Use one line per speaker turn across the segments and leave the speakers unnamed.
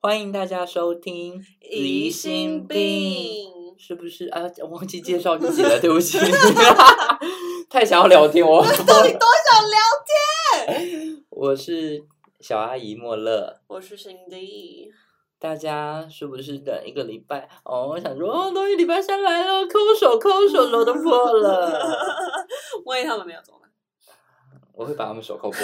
欢迎大家收听《
疑心病，
是不是啊？我忘记介绍自己了，对不起， 太想要聊天我
我。 到底多想聊天？
我是小阿姨莫乐，
我是 Cindy，
大家是不是等一个礼拜？哦，我想说，哦，都一礼拜三来了，抠手抠手手都破 了。
万一他们没有怎么办？
我会把他们手抠破，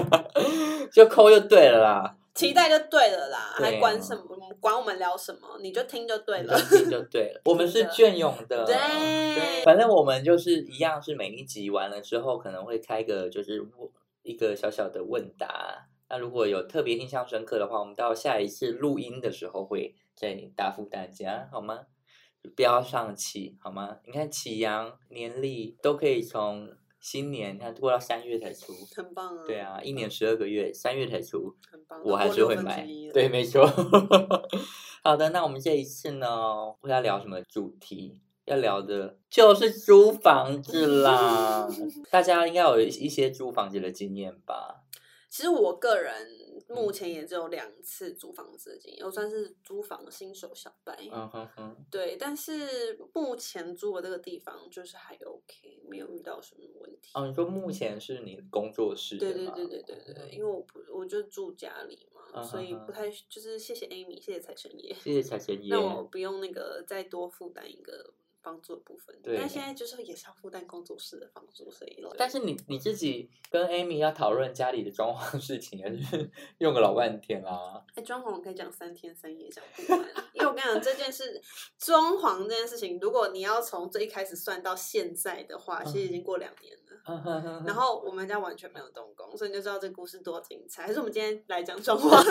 就抠就对了啦，
期待就对了啦，
对啊
还管什么？管我们聊什么？你就听就对了。
就听就对了。我们是隽永的，
对
反正我们就是一样，是每一集完了之后可能会开个就是问一个小小的问答。那如果有特别印象深刻的话，我们到下一次录音的时候会再答复大家，好吗？不要上气，好吗？你看启阳年历都可以从新年，它过到三月才出。
很棒啊！
对，啊，一年十二个月，三月才出，
很棒。
我
都
还
过
是会
六分之
买
一。了
对，，没错。 好的，那我们这一次呢，会要聊什么主题？要聊的就是租房子 啦。大家应该有一些租房子的经验吧？
其实我个人目前也只有两次租房子的经验，我算是租房的新手小白。
嗯哼哼，
对，但是目前租的这个地方就是还 OK，没有遇到什么问题。
哦，你说目前是你工作室
对
的
对
吗
对对对对，因为我不我就住家里嘛，
嗯
所以
哼哼
不太就是谢谢 Amy，谢谢财神 爷，
谢谢财神爷
让。我不用那个再多负担一个房租的部分。
对
但现在就是也是要负担工作室的房租，所以
但是你你自己跟 Amy 要讨论家里的装潢事情，也是 用个老半天啊 啦。
哎，装潢我可以讲三天三夜讲不完，因为我跟你讲这件事，装潢这件事情，如果你要从最一开始算到现在的话，其实已经过两年了。
嗯哼哼哼
然后我们家完全没有动工，所以你就知道这故事多精彩。还是我们今天来讲装潢？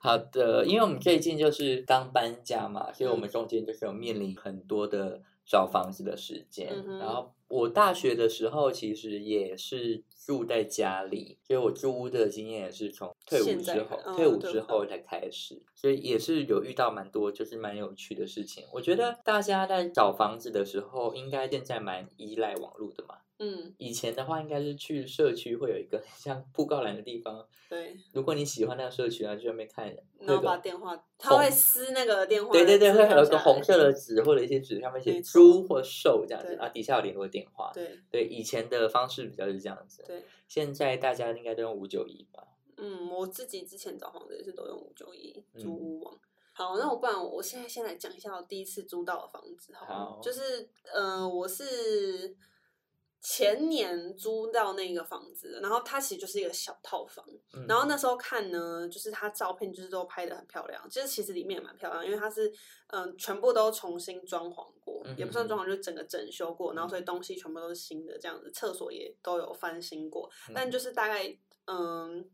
好的，因为我们最近就是刚搬家嘛，所以我
嗯
们中间就是有面临很多的找房子的时间。
嗯哼
然后我大学的时候其实也是住在家里，所以我住屋的经验也是从退伍
现在
之后，
嗯
退伍
退伍
之
后
后才开始，所以也是有遇到蛮多就是蛮有趣的事情。我觉得大家在找房子的时候，应该现在蛮依赖网络的嘛。
嗯，
以前的话，应该是去社区会有一个很 像布告栏的地方，
对。
如果你喜欢那个社区啊，去那边看，
然后
会有
把电话，他会撕那个电话的
对
字
对对，
条下
会
来，
有一个红色的纸或者一些纸上面写
没错
租或售这样子，
对
然后底下有联络电话。
对
对，以前的方式比较是这样子，
对，
现在大家应该都用五九一吧？
嗯，我自己之前找房子也是都用五九一
嗯
租屋网。好，那我不然我现在先来讲一下我第一次租到的房子好了，
好
就是呃，我是前年租到那个房子的，然后它其实就是一个小套房，
嗯，
然后那时候看呢，就是它照片就是都拍的很漂亮，就是其实里面也蛮漂亮，因为它是嗯、全部都重新装潢过，
嗯
也不
嗯
算
嗯
装潢，就是整个整修过，然后所以东西全部都是新的这样子，厕所也都有翻新过，但
嗯
就是大概嗯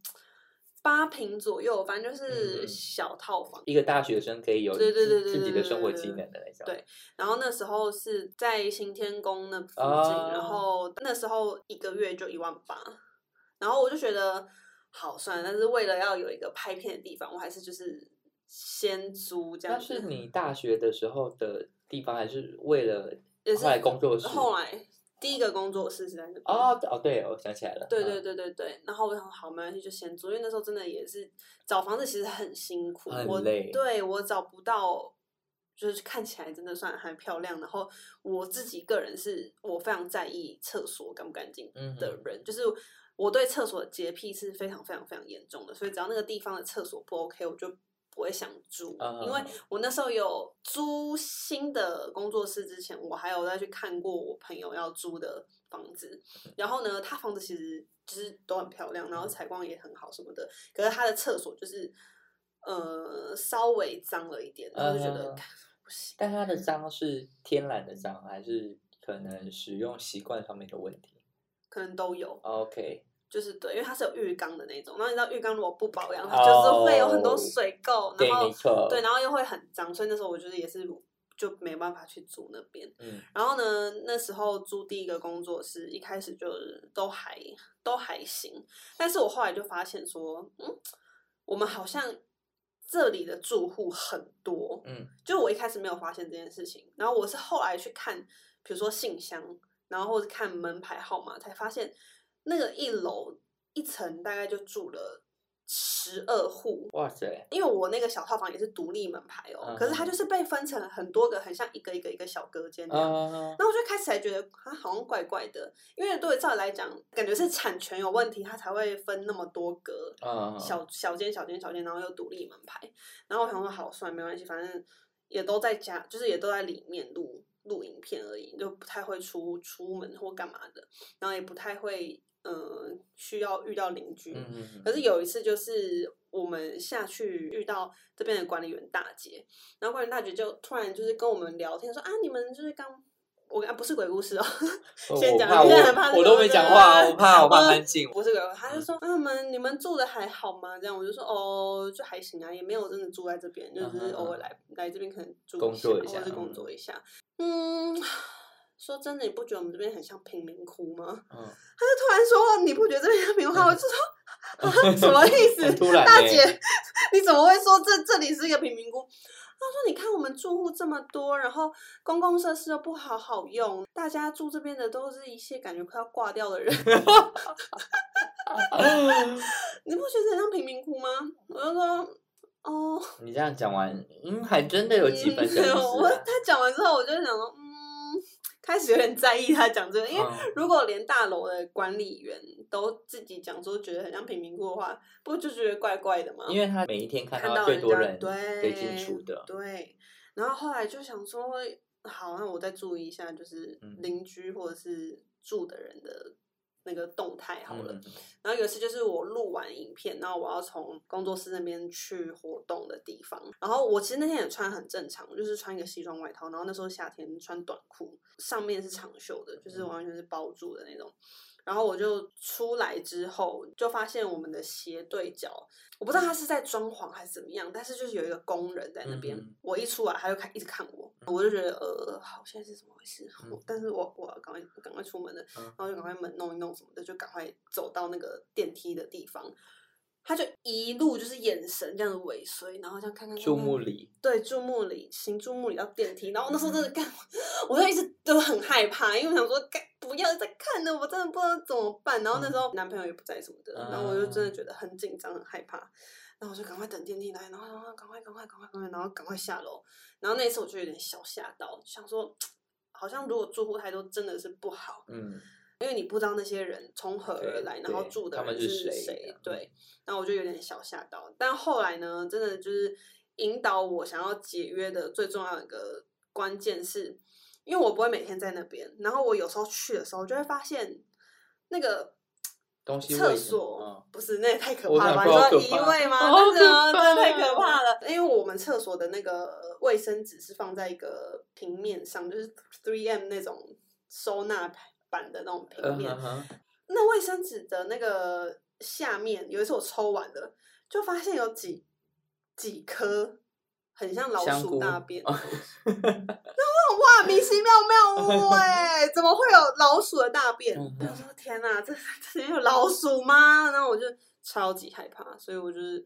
八平左右，反正就
嗯嗯
是
嗯
小套房。
一个大学生可以有
对对
自
对对
自己的
对对
生活
对
技
对
能的那种。
对然后那时候是在行天宫那附近，
哦
然后那时候一个月就一万八，然后我就觉得好算了，但是为了要有一个拍片的地方，我还是就是先租这
那
样
是
子。
你大学的时候的地方，还是为了
也
后来工作室？
后来第一个工作室是在那边。
哦哦，对，我想起来了。嗯
对对对对对，然后我想好没关系，就先租，因为那时候真的也是找房子其实很辛苦，
很
我
累
对我找不到，就是看起来真的算还漂亮。然后我自己个人是我非常在意厕所干不干净
嗯
的
哼
人，就是我对厕所的洁癖是非常非常非常严重的，所以只要那个地方的厕所不 OK，我就。不会想租，因为
嗯
我那时候有租新的工作室之前，我还有再去看过我朋友要租的房子，
嗯
然后呢，他房子其实就是都很漂亮，然后采光也很好什么的，可是他的厕所就是呃稍微脏了一点，然后就觉得、
嗯
干不行。
但它的脏是天然的脏，还是可能使用习惯上面的问题
可能都有，
？OK，
就是对，因为它是有浴缸的那种，然后你知道浴缸如果不保养，它就是会有很多
哦
水垢，
对，
然后
没错。
对，然后又会很脏，所以那时候我就是也是就没办法去租那边。
嗯
然后呢，那时候租第一个工作室，一开始就是都还都还行，但是我后来就发现说，嗯，我们好像这里的住户很多，
嗯
就我一开始没有发现这件事情，然后我是后来去看，比如说信箱，然后或者看门牌号码，才发现那个一楼一层大概就住了十二户，
哇塞，
因为我那个小套房也是独立门牌哦，可是它
嗯
就是被分成很多个，很像一个一个一个小隔间这样。
啊，
然后我就开始还觉得啊，好像怪怪的，因为对照理来讲，感觉是产权有问题，它才会分那么多格，
嗯，
小小间小间小间，然后又独立门牌。然后我想说，好，算了，没关系，反正也都在家，就是也都在里面录录影片而已，就不太会出出门或干嘛的，然后也不太会嗯、呃需要遇到邻居。
嗯嗯，
可是有一次就是我们下去遇到这边的管理员大姐，然后管理员大姐就突然就是跟我们聊天说啊，你们就是刚我啊不是鬼故事哦，
我
先
嗯哦我怕
讲你现在很
我
怕这
我
个
都没讲话，
对
我怕 我怕安静，
不是鬼故事，她就说啊，你们你们住的还好吗？这样我就说哦，就还行啊，也没有真的住在这边，就
嗯
是
嗯
偶尔
嗯
来来这边可能住
工作一
一下，
下
或者是工
嗯
作一下，嗯。说真的，你不觉得我们这边很像贫民窟吗？
嗯，
她就突然说：“你不觉得这边像贫 民窟？”我就说：“啊什么意思？
很突 然
大
欸
姐，你怎么会说这这里是一个贫民窟？他说：“你看我们住户这么多，然后公共设施又不好好用，大家住这边的都是一些感觉快要挂掉的人，
嗯
你不觉得很像贫民窟吗？”我就说：“哦，
你这样讲完，嗯，还真的有几分真实、
嗯我
啊
他讲完之后，我就想说，嗯，开始有点在意他讲这个，因为
嗯
如果连大楼的管理员都自己讲说觉得很像贫民窟的话，不就觉得怪怪的吗？
嗯因为他每一天看
看到
最多
人
人
家
被进出
对
的，
对，然后后来就想说，好，那我再注意一下，就是
嗯
邻居或者是住的人的那个动态好了。
嗯，
然后有一次就是我录完影片，然后我要从工作室那边去活动的地方，然后我其实那天也穿很正常，就是穿一个西装外套，然后那时候夏天穿短裤，上面是长袖的，就是
嗯
完全是包住的那种。然后我就出来之后，就发现我们的斜对角，我不知道他是在装潢还是怎么样，但是就是有一个工人在那边。
嗯
我一出来，他就看一直看我，我就觉得呃，好，现在是怎么回事？
嗯
我但是我我赶快赶快出门了，
嗯
然后就赶快门弄一弄什么的，就赶快走到那个电梯的地方。他就一路就是眼神这样子尾随，然后这样看看看
注
看
目礼，
对，注目礼，行注目礼到电梯，然后那时候
嗯
真的干，我就一直都很害怕，因为我想说，干不要再看了，我真的不知道怎么办。然后
嗯
那时候男朋友也不在什么的，然后我就
啊
真的觉得很紧张、很害怕，然后我就赶快等电梯来，然后然后赶快、赶快、赶快、赶快，然后赶快下楼。然后那一次我就有点小吓到，想说，好像如果住户态度真的是不好，
嗯，
因为你不知道那些人从何而
对
来，然
对
后住的
他们
人
是
谁，
谁嗯这样
对，然后我就有点小吓到。但后来呢，真的就是引导我想要解约的最重要的一个关键是，因为我不会每天在那边，然后我有时候去的时候就会发现那个。
东西卫
厕
生
所、
嗯
不是，那也太可
我
怕了吧？
感
你
觉好
说
可
移
怕
位吗？
好
真的，
可
真的太
怕
可
哦
怕了。因为我们厕所的那个呃卫生纸是放在一个平面上，就是 three M 那种收纳版的那种平
嗯
面，
哼哼，
那卫生纸的那个下面，有一次我抽完了，就发现有几几颗很像老
香
鼠
菇
大便，
哦
哇，明星妙 妙屋哎，怎么会有老鼠的大便？
嗯
我说天哪，这这里有老鼠吗？然后我就超级害怕，所以我就是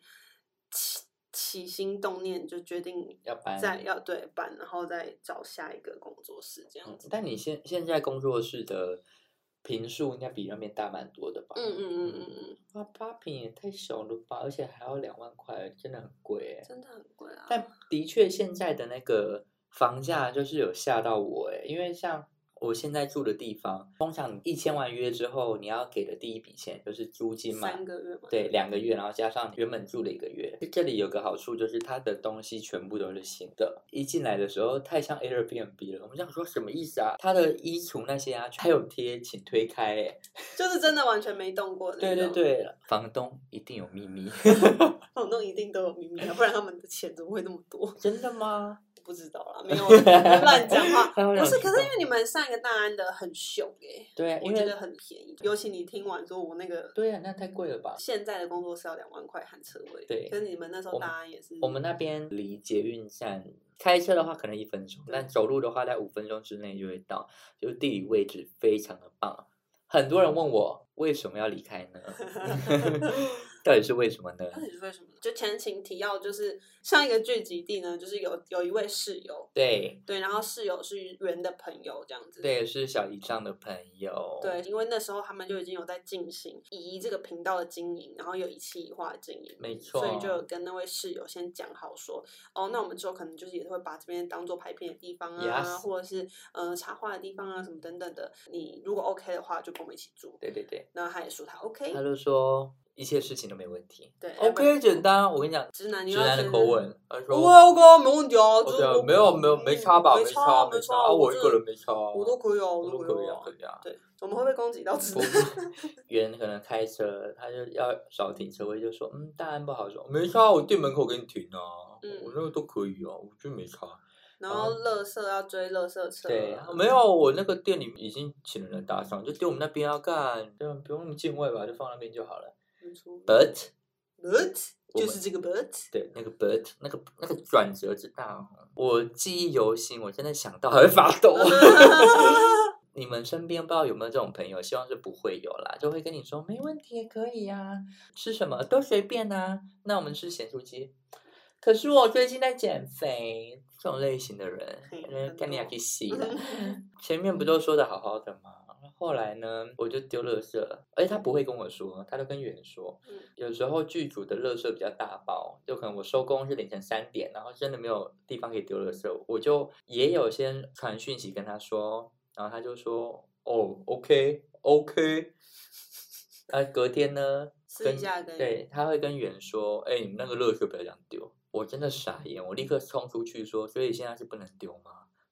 起起心动念，就决定
要搬
再要对搬，然后再找下一个工作室这样
嗯
子。
但你现现在工作室的平数应该比那边大蛮多的吧？
嗯嗯嗯嗯嗯，
哇，八平也太小了吧，而且还要两万块，真的很贵哎。
真的很贵啊。
但的确，现在的那个房价就是有吓到我诶，因为像我现在住的地方，通常你一签完约之后，你要给的第一笔钱就是租金嘛，
三个月嘛，
对，两个月，然后加上原本住的一个月。这里有个好处就是它的东西全部都是新的，一进来的时候太像 Airbnb 了。我们想说什么意思啊？它的衣橱那些啊，还有贴请推开、欸，
就是真的完全没动过的。
对对对，房东一定有秘密。
房东一定都有秘密啊，不然他们的钱怎么会那么多？
真的吗？
不知道啦，没 有乱讲话。
当然
不是，
知
可是
道
因为你们上一个大安的很凶耶、
对啊，
我
因
觉
为
得很便宜。尤其你听完之后，我那个
对啊，那太贵了吧？
现在的工作室要两万块含车位，
对
可是你们那时候
我们
大安也是
我们那边离捷运站开车的话可能一分钟，但走路的话在五分钟之内就会到，就是地理位置非常的棒。很多人问我为什么要离开呢？ 到底是为什么呢？
到底是为什么？就前情提要，就是上一个聚集地呢，就是有有一位室友，
对
对，然后室友是圆的朋友这样子，
对，是小姨丈的朋友，
对，因为那时候他们就已经有在进行以这个频道的经营，然后有一期一化的经营，
没错
所以就有跟那位室友先讲好说，哦，那我们之后可能就是也会把这边当做拍片的地方啊
Yes
或者是呃插画的地方啊什么等等的，你如果 OK 的话，就跟我们一起住。
对对对，
那他也说他 OK，
他就说一切事情都没问题
对
，OK，简单。我跟你讲，
直哎男你
直
要
男的
先
口吻，他
我
说。
OK 啊，没问题啊，就是
对啊
我
没有没有没差吧，
没
没差
没
没
差
差，啊我一
真
个
的
人没差啊，
我都可以哦，
我
都
都
可
可
以
以啊
哦，
可以啊。
对，我们会被攻击到直
不
男，
不，人可能开车，他就要找停车位，就说嗯，大安不好说，没差，我店门口给你停啊，
嗯
我那个都可以啊，我就没差。
然后乐色要追乐色
啊
车，啊
对，啊没有，我那个店里已经请了人打赏，就丢我们那边要干，对啊，不用那么敬畏吧，就放那边就好了。
没错
But
but
呃我
就
们
是这个 but，
对那个 but 那个那个转折之大哦，我记忆犹新，我真的想到还会发抖。你们身边不知道有没有这种朋友，希望是不会有啦，就会跟你说没问题，可以呀、吃什么都随便啊。那我们吃咸酥鸡，可是我最近在减肥，这种类型的人
嘿，
嗯
真
干你
的
还可以洗 了。前面不都说的好好的吗？后来呢，我就丢垃圾，而且他不会跟我说，他都跟远说。
嗯
有时候剧组的垃圾比较大包，就可能我收工是凌晨三点，然后真的没有地方可以丢垃圾，我就也有先传讯息跟他说，然后他就说哦，OK OK。呃，隔天呢，
私
跟
底下跟
对，他会跟远说，哎、你们那个垃圾不要这样丢。我真的傻眼，我立刻冲出去说，所以现在是不能丢吗？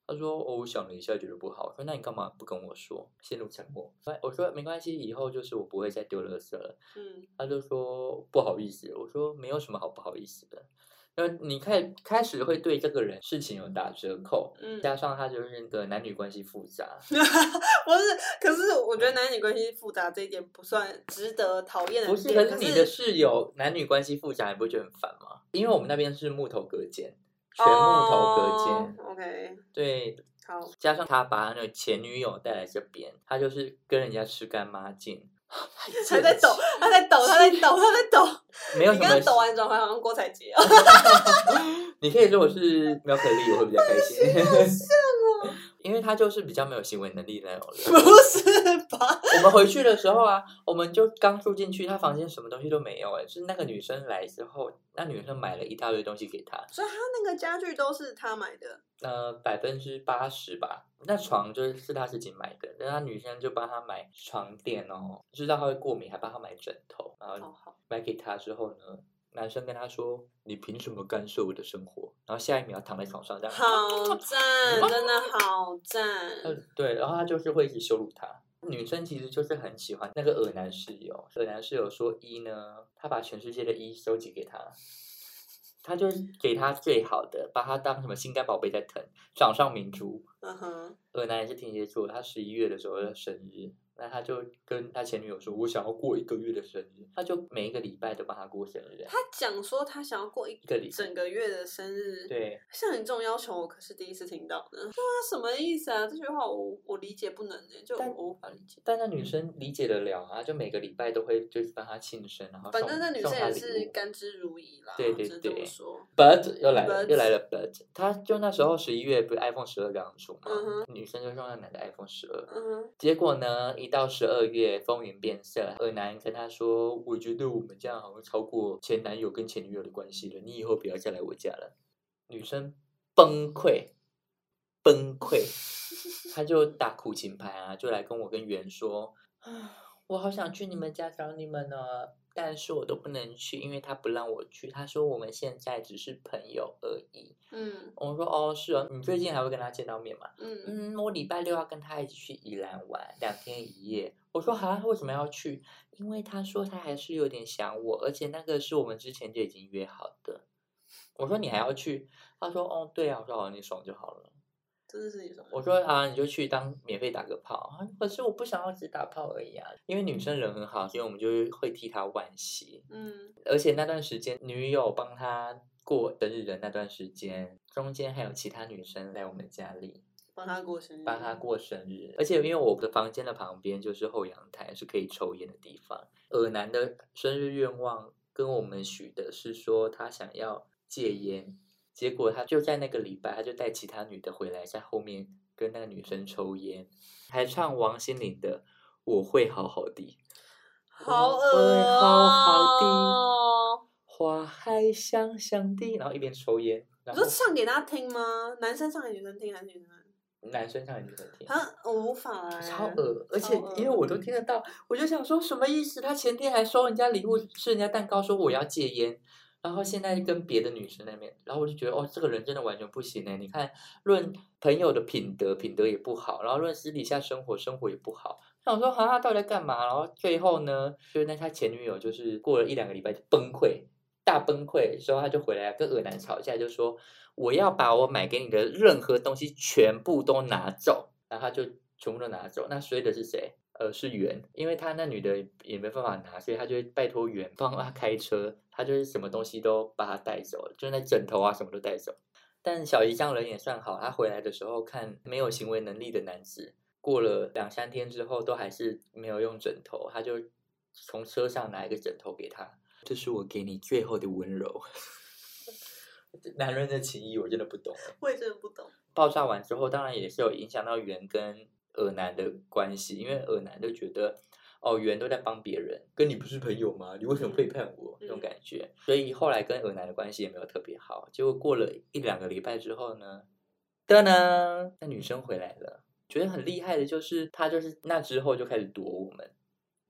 他说：“哦，我想了一下，觉得不好。”我说：“那你干嘛不跟我说？”陷入沉默。我说：“没关系，以后就是我不会再丢垃圾了。
嗯”
他就说：“不好意思。”我说：“没有什么好不好意思的。”那你开开始会对这个人事情有打折扣，
嗯，
加上他就是那个男女关系复杂，
不是，可是我觉得男女关系复杂这一点不算值得讨厌的
嗯不是？
点
可是你的室友男女关系复杂，你不会觉得很烦吗？因为我们那边是木头隔间，全木头隔间，
哦，OK，
对，
好，
加上他把他那个前女友带来这边，他就是跟人家吃干抹净。
他在抖，他在抖，他在抖，他在抖，
没有
你
什
刚刚
么
抖完转回好像郭采洁哦，
你可以说我是苗可丽，我会比较开 心。
哦
因为他就是比较没有行为能力那种
不
人。
是吧？
我们回去的时候啊，我们就刚住进去，他房间什么东西都没有、欸。哎，是那个女生来之后，那女生买了一大堆东西给他，
所以他那个家具都是他买的，
呃，百分之八十吧。那床就是是他自己买的，那他女生就帮他买床垫哦，知道他会过敏，还帮他买枕头。然后
好哦好，
买给他之后呢，男生跟他说：“你凭什么干涉我的生活？”然后下一秒躺在床上这样。
好赞，真的好赞，
嗯，对，然后他就是会一直羞辱他。女生其实就是很喜欢那个耳男室友，耳男室友说一呢，他把全世界的一收集给他，他就是给他最好的，把他当什么心肝宝贝在疼，掌上明珠。
嗯哼，
耳男也是天蝎座，他十一月的时候要生日，那他就跟他前女友说，我想要过一个月的生日，他就每一个礼拜都帮他过生日，
他讲说他想要过一
一个礼
整个月的生日，。
对，
像你这种要求，我可是第一次听到呢。对 啊，什么意思啊？这句话我我理解不能呢、就
但
我无法理解。嗯
但那女生理解得了啊，就每个礼拜都会就是帮他庆生，然后
反
送
正那女
送
生
他
也
礼
是
物
甘之如饴啦，
对对
只能这么
对
说。
But 又来了
But
又来了 But，他就那时候十一月不是 iPhone 十二刚出嘛
嗯
女生就用了男的 iPhone 十二，
嗯哼，
结果呢，一到十二月风云变色，二男跟他说，我觉得我们这样好像超过前男友跟前女友的关系了，你以后不要再来我家了。女生崩溃，崩溃，她就打苦情牌啊，就来跟我跟袁说，啊，我好想去你们家找你们呢，但是我都不能去，因为他不让我去，他说我们现在只是朋友而已。
嗯
我说哦，是哦，你最近还会跟他见到面吗？
嗯，
嗯，我礼拜六要跟他一起去宜兰玩两天一夜。我说哈，为什么要去？因为他说他还是有点想我，而且那个是我们之前就已经约好的。我说你还要去？他说哦，对啊。我说好，你爽就好了。
真的是你说。
我说啊，你就去当免费打个炮。啊可是我不想要只打炮而已啊，因为女生人很好，所以我们就是会替她惋惜。
嗯，
而且那段时间，女友帮他过生日的那段时间，中间还有其他女生来我们家里。
帮他过生日，
帮他过生日，而且因为我的房间的旁边就是后阳台，是可以抽烟的地方。尔南的生日愿望跟我们许的是说他想要戒烟，结果他就在那个礼拜，他就带其他女的回来，在后面跟那个女生抽烟，还唱王心凌的《我会好好的》，
好
我
哦恶、
会
哦，
好好的，花还香香的，然后一边抽烟，然
你
后
说唱给大家听吗？男生唱给女生听还是女生唱？
男生唱也很听。
啊，我无法哎、
超恶，而
超
且因为
恶
我都听得到，我就想说什么意思？他前天还收人家礼物，吃人家蛋糕，说我要戒烟，然后现在跟别的女生那边，然后我就觉得哦，这个人真的完全不行欸呢。你看，论朋友的品德，品德也不好，然后论私底下生活，生活也不好。我想说，哈、他到底在干嘛？然后最后呢，就是那他前女友就是过了一两个礼拜就崩溃，大崩溃之后，他就回来跟尔南吵架，就说我要把我买给你的任何东西全部都拿走，然后他就全部都拿走。那衰的是谁？呃，是圆，因为他那女的也没办法拿，所以他就会拜托圆帮他开车，他就是什么东西都把他带走了，就是那枕头啊什么都带走。但小姨丈人也算好，他回来的时候看没有行为能力的男子，过了两三天之后都还是没有用枕头，他就从车上拿一个枕头给他，这是我给你最后的温柔。男人的情谊我真的不懂。
我也真的不懂。
爆炸完之后，当然也是有影响到圆跟尔南的关系，因为尔南就觉得，哦，圆都在帮别人，跟你不是朋友吗？你为什么背叛我？那种
嗯
感觉，所以后来跟尔南的关系也没有特别好。结果过了一两个礼拜之后呢，噔噔，那女生回来了，觉得很厉害的就是她就是那之后就开始躲我们。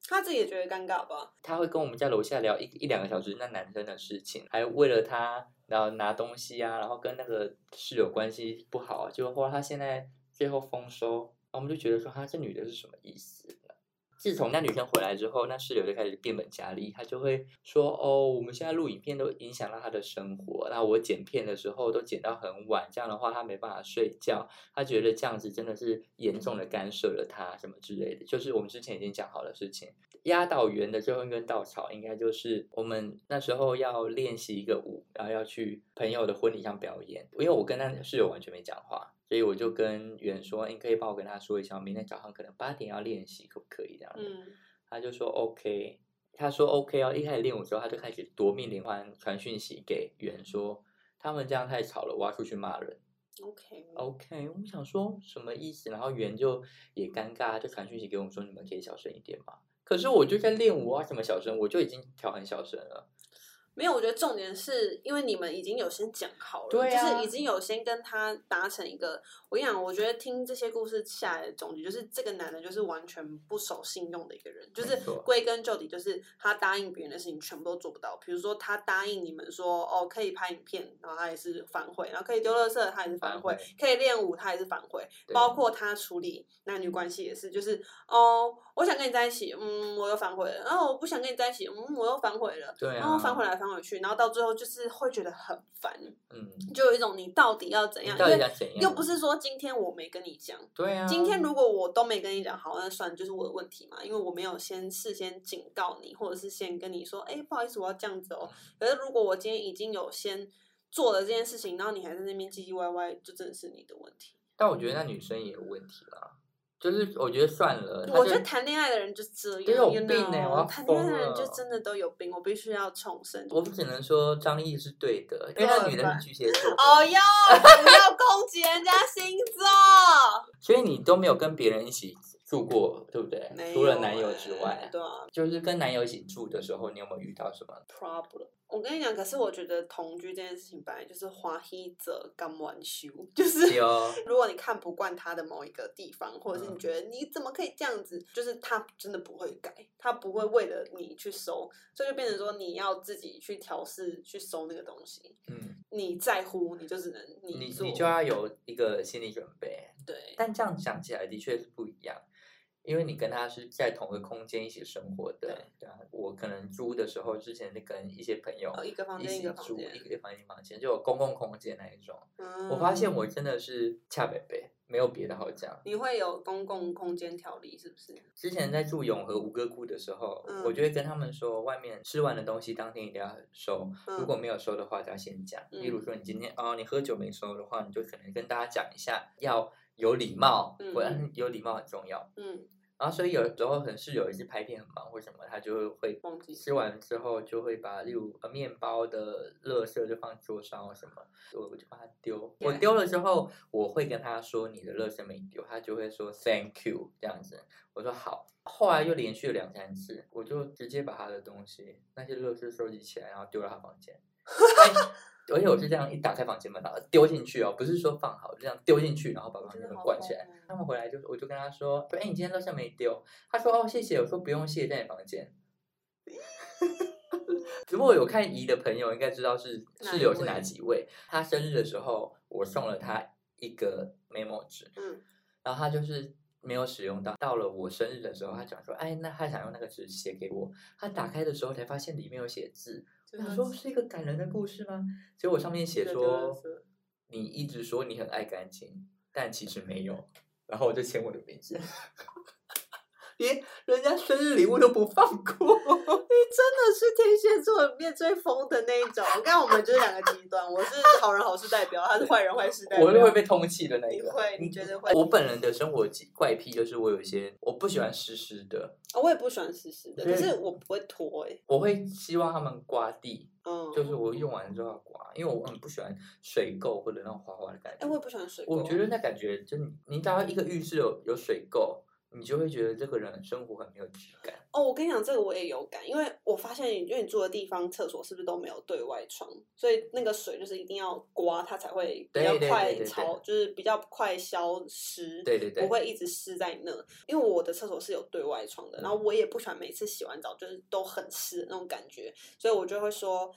他自己也觉得尴尬吧？
他会跟我们在楼下聊一一两个小时那男生的事情，还为了他然后拿东西啊，然后跟那个室友关系不好，结果后来他现在最后丰收，然后我们就觉得说他这女的是什么意思呢？自从那女生回来之后，那室友就开始变本加厉，他就会说：“哦，我们现在录影片都影响到他的生活，那我剪片的时候都剪到很晚，这样的话他没办法睡觉，他觉得这样子真的是严重的干涉了他什么之类的，就是我们之前已经讲好的事情。”压倒猿的最后一根稻草，应该就是我们那时候要练习一个舞，然后要去朋友的婚礼上表演。因为我跟那室友完全没讲话，所以我就跟猿说：“你可以帮我跟他说一下，我明天早上可能八点要练习，可不可以？”这样子，
嗯，
他就说 OK，他说 OK 哦。一开始练舞之后，他就开始夺命连环传讯息给猿说：“他们这样太吵了，我要出去骂人。”
OK，
OK，我们想说什么意思？然后圆就也尴尬，啊就传讯息给我们说：“你们可以小声一点嘛。”可是我就
嗯
在练舞啊，什么小声，我就已经调很小声了。
没有，我觉得重点是因为你们已经有先讲好了，
对啊
就是已经有先跟他达成一个。我跟你讲，我觉得听这些故事下来的总结就是，这个男的就是完全不守信用的一个人，就是
没错
归根究底就是他答应别人的事情全部都做不到。比如说他答应你们说哦可以拍影片，然后他也是反悔；然后可以丢垃圾，他也是反悔；
反悔
可以练舞，他也是反悔。
对
包括他处理男女关系也是，就是哦我想跟你在一起，嗯我又反悔了，然、后我不想跟你在一起，嗯我又反悔了。
对啊，
然后翻回来翻回去，然后到最后就是会觉得很烦，
嗯，
就有一种你到底要怎
你
样？
到底
因为
想怎样？
又不是说今天我没跟你讲，
对啊，
今天如果我都没跟你讲，好，那算了就是我的问题嘛，因为我没有先事先警告你，或者是先跟你说，哎、不好意思，我要这样子哦。
嗯
可是如果我今天已经有先做了这件事情，然后你还在那边唧唧歪歪，就真的是你的问题。
但我觉得那女生也有问题啦，就是我觉得算了，她
我
就
觉得谈恋爱的人就是这
都
样，
有
you
病欸我要
know，谈恋爱的
疯
人
了
就真的都有病，我必须要重申。
我只能说张译是对的，因为那女的是巨蟹座，
啊哦哟，不要攻击人家星座。
所以你都没有跟别人一起住过，对不对？除了男友之外，
欸哎对啊
就是跟男友一起住的时候，你有没有遇到什么？
，problem。我跟你讲，可是我觉得同居这件事情本来就是花一者刚完修， 就是
对哦，
如果你看不惯他的某一个地方，或者是你觉得你怎么可以这样子，就是他真的不会改，他不会为了你去收，所以就变成说你要自己去调试去收那个东西。
嗯。
你在乎，你就只能
你
做，
你就要有一个心理准备。
对
但这样讲起来的确是不一样，因为你跟他是在同一个空间一起生活的
对。
对啊，我可能租的时候，之前是跟一些朋友
哦一个房
一
间一
起
个房
租
间
一个房间房间，就有公共空间那一种。
嗯
我发现我真的是恰北北，没有别的好讲。
你会有公共空间条例，是不是？
之前在住永和吴哥窟的时候，
嗯
我就会跟他们说，外面吃完的东西当天一定要收，
嗯
如果没有收的话，就要先讲。
嗯
例如说，你今天哦，你喝酒没收的话，你就可能跟大家讲一下，要有礼貌，
嗯
我有礼貌很重要。
嗯
然后所以有时候可能室友也是拍片很忙或什么，他就会
忘记
吃完之后就会把例如呃面包的垃圾就放桌上或什么，我我就把它丢。我
对
丢了之后，我会跟他说你的垃圾没丢，他就会说 thank you 这样子。我说好。后来又连续了两三次，我就直接把他的东西那些垃圾收集起来，然后丢到他房 间。哎而且我是这样一打开房间门，然后丢进去哦，不是说放好，就这样丢进去，然后把房
真
间
的
门
好
关起来。
疯哦
他们回来就我就跟他说，说哎、你今天垃圾没丢？他说哦谢谢，我说不用谢，在你房间。如果有看姨的朋友，应该知道是
哪
室
一
友是哪
位
几位。他生日的时候，我送了他一个 memo 纸，
嗯，
然后他就是没有使用到。到了我生日的时候，他讲说，哎，那他想用那个纸写给我。他打开的时候才发现里面有写字，我想说是一个感人的故事吗？结果上面写
记得丢垃
说
圾，
你一直说你很爱干净，但其实没有。然后我就签我的名字， 连人家生日礼物都不放 过。
真的是天蝎座里面最疯的那一种。我看我们就是两个极端，我是好人好事代表，他是坏人坏事代表。
我是会被通气的那一
你
个。
会你
嗯
觉得会
我本人的生活怪癖就是我有一些我不喜欢湿湿的，
啊我也不喜欢湿湿的，
所以
可是我不会拖哎、
我会希望他们刮地，
嗯，
就是我用完之后要刮，因为我很不喜欢水垢或者那种滑滑的感
哎、
觉。
我也不喜欢水垢。
我觉得那感觉就你，你只要一个浴室有有水垢，你就会觉得这个人生活很没有质感。
哦，我跟你讲，这个我也有感，因为我发现，因为你住的地方厕所是不是都没有对外窗，所以那个水就是一定要刮，它才会比
对
较
对对
快
对对
潮，就是比较快消失。
对对对
不，会一直湿在那，因为我的厕所是有对外窗的，然
嗯
后我也不喜欢每次洗完澡就是都很湿的那种感觉，所以我就会说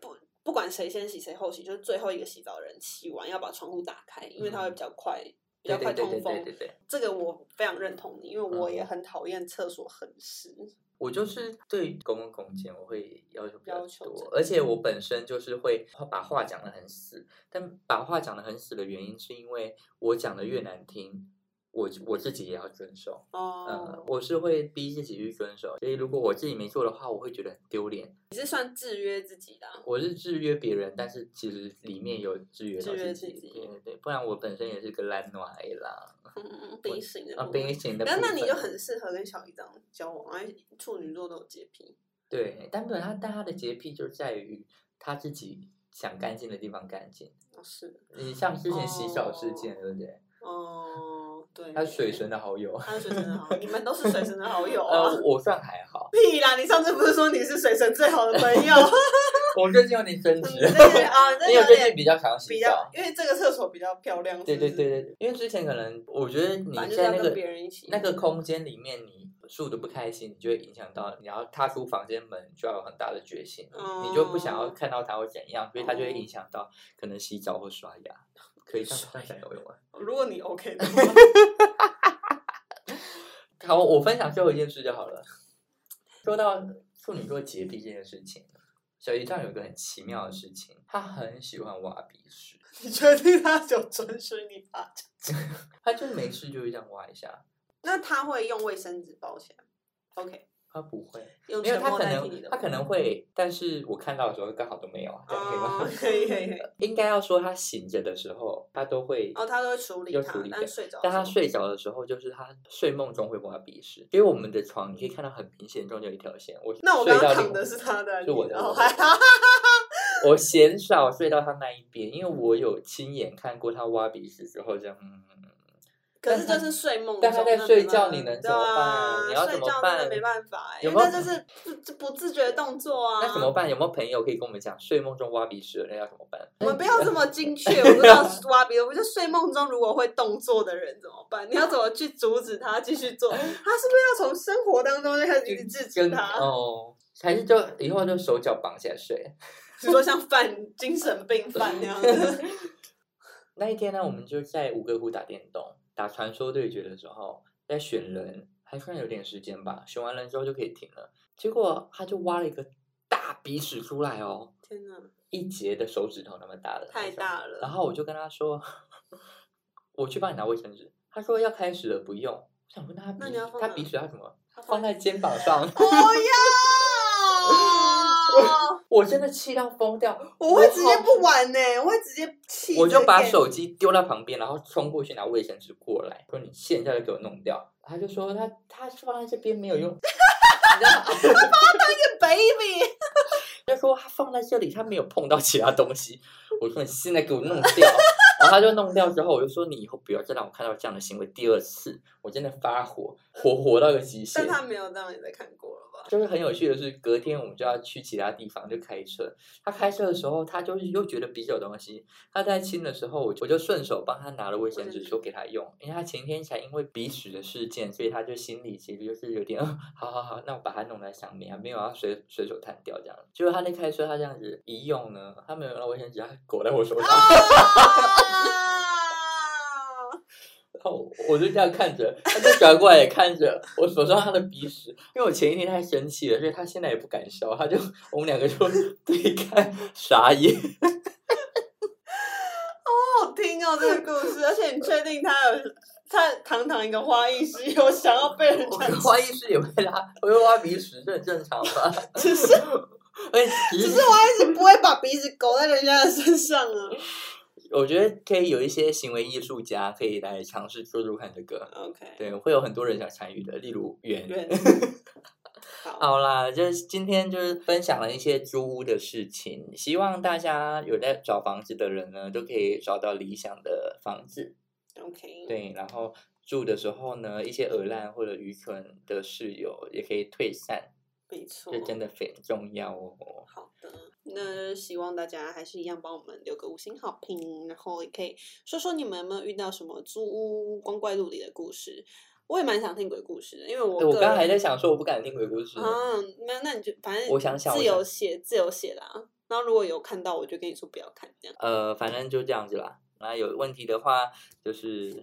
不。不管谁先洗谁后洗，就是最后一个洗澡的人洗完要把窗户打开，因为它会比较快，比较
嗯对
快
对对对
通
对
风。
对对，
这个我非常认同你，因为我
嗯
也很讨厌厕所很湿。
我就是对于公共空间我会要求比较
要求
多
真，
而且我本身就是会把话讲得很死，但把话讲得很死的原因是因为我讲的越难听，我我自己也要遵守。
哦、
嗯，我是会逼自己去遵守，所以如果我自己没做的话，我会觉得很丢脸。
你是算制约自己的啊、
我是制约别人，但是其实里面有制约到
制约
自己。
自己
对对对，不然我本身也是个懒暖的啦，
嗯嗯嗯，冰醒的
啊，
部分
冰型的部
那
分。
那你就很适合跟小姨这样交往，因为处女座都有洁癖。
对，但本他但他的洁癖就在于他自己想干净的地方干净。
哦，是的，
你像之前洗澡事件，对不对？
哦，对，
他是水神的好 友，
他是水神的好，你们都是水神的好友啊
呃，！我算还好，
屁啦！你上次不是说你是水神最好的朋 友？
我最近有点争
你
执
这，个 啊，你这
因为
有
我最近
点
比较想洗
比较
澡，。
因为这个厕所比较漂亮。
对
是不
对
是
对，对，因为之前可能我觉得你
反正就是
在
要
那
跟
个
别人一起
那个空间里面，你住的不开心，你就会影响到你要踏出房间门，就要有很大的决心，
哦
你就不想要看到他会怎样，所以他就会
哦
影响到可能洗澡或刷牙，可以这样
刷
算想游泳啊。
如果你 OK 的话，
好，我分享最后一件事就好了。说到处女座洁癖这件事情，小姨丈有一个很奇妙的事情，他很喜欢挖鼻屎，
你确定他有准许你吧？
他就是没事就会这样挖一下。
那他会用卫生纸包起来？OK，
他不会，
用
没有
沉
他
默
可
代替你
能
的嗯
他
话。
可能会，但是我看到的时候刚好都没有啊，这样可以吗？
哦 可以可以可以。
应该要说他醒着的时候，他都会
哦，他都会处理
要
它
处理
但
掉
睡着的
但
时
他
候
睡着的时候，就是他睡梦中会挖鼻屎，因为我们的床你可以看到很明显中间有一条线，我
那我
睡
刚
到
刚
另
躺的是他的，
是我的
哦，
我的
还好。
我鲜少睡到他那一边，因为我有亲眼看过他挖鼻屎之后这样。嗯嗯嗯
可
但
是
他
这是睡梦中，
但他在
那
睡
没
觉
办
你
法
能
对
怎么
啊
办你要怎么
睡觉真
办
的没办法，
有
因
没
为
有
那这是不这不自 觉的动作啊。
那怎么？办？有没有朋友可以跟我们讲睡梦中挖鼻屎的人要怎么办？
我们不要这么 精确，我不知道挖鼻，我们就睡梦中如果会动作的人怎么办？你要怎么去阻止他继续做？他是不是要从生活当中就开始去制止
跟
他？
哦，还是就以后就手脚绑起来睡。
你说像犯精神病犯那 样子，
那一天呢，我们就在五哥湖打电动，打传说对决的时候，在选人，还算有点时间吧。选完人之后就可以停了。结果他就挖了一个大鼻屎出来哦，
天哪，
一截的手指头那么大的，
太。大
然
了！
后我就跟他说， 我去帮你拿卫生纸。他说要开始了，不用。我想问他
那
鼻
你要放
他
哪
鼻屎要什么？
他
放在肩膀上。
哦呀。
我真的气到疯掉，
我会直接
好
不玩呢、我会直接气。
我就把
直接 get
手机丢到旁边，然后冲过去拿卫生纸过来，说你现在就给我弄掉。他就说他他放在这边没有用， 你知道吗
baby，
他说他放在这里，他没有碰到其他东西。我说你现在给我弄掉，然后他就弄掉之后，我就说你以后不要再让我看到这样的行为第二次。我真的发火，火火到一个极限
但。他没有让你再看过了吧？
就是很有趣的是，隔天我们就要去其他地方，就开车。他开车的时候，他就是又觉得鼻子有东西。他在清的时候，我我就顺手帮他拿了卫生纸，说给他用，因为他前天才因为鼻屎的事件，所以他就心里其实就是有点， 呃好好好，那我把它弄在上面，还啊没有要随随手弹掉这样。结果他在开车，他这样子一用呢，他没有拿卫生纸，他裹在我手上，
啊
然后哦我就这样看着，他就转过来也看着我手上他的鼻屎，因为我前一天太生气了，所以他现在也不敢笑，他就我们两个就对看傻眼。
好好听哦，这个故事，而且你确定他有他堂堂一个花艺师，有想要被人
我
传
花艺师也会拉，我会挖鼻屎，这很正常 吧？
只是
哎，其
只
实
是花艺师不会把鼻子勾在人家的身上啊。
我觉得可以有一些行为艺术家可以来尝试做做看这个，
OK，
对，会有很多人想参与的，例如圆
对， 好，
好啦，就是今天就是分享了一些租屋的事情，希望大家有在找房子的人呢，都可以找到理想的房子。
OK，
对，然后住的时候呢，一些耳烂或者愚蠢的室友也可以退散，
没错
这，真的非常重要哦。
好的，那希望大家还是一样帮我们留个五星好评，然后也可以说说你们有没有遇到什么租屋光怪陆离的故事。我也蛮想听鬼故事的，因为我
对我
个
刚刚
人
还在想说，我不敢听鬼故事。
啊，没有，那你就反正
我想想我
自
想
由写自由写啦。然后如果有看到，我就跟你说不要看这样。
呃，反正就这样子啦。那有问题的话，就是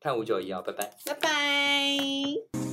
看五九一哦，拜拜。
拜拜。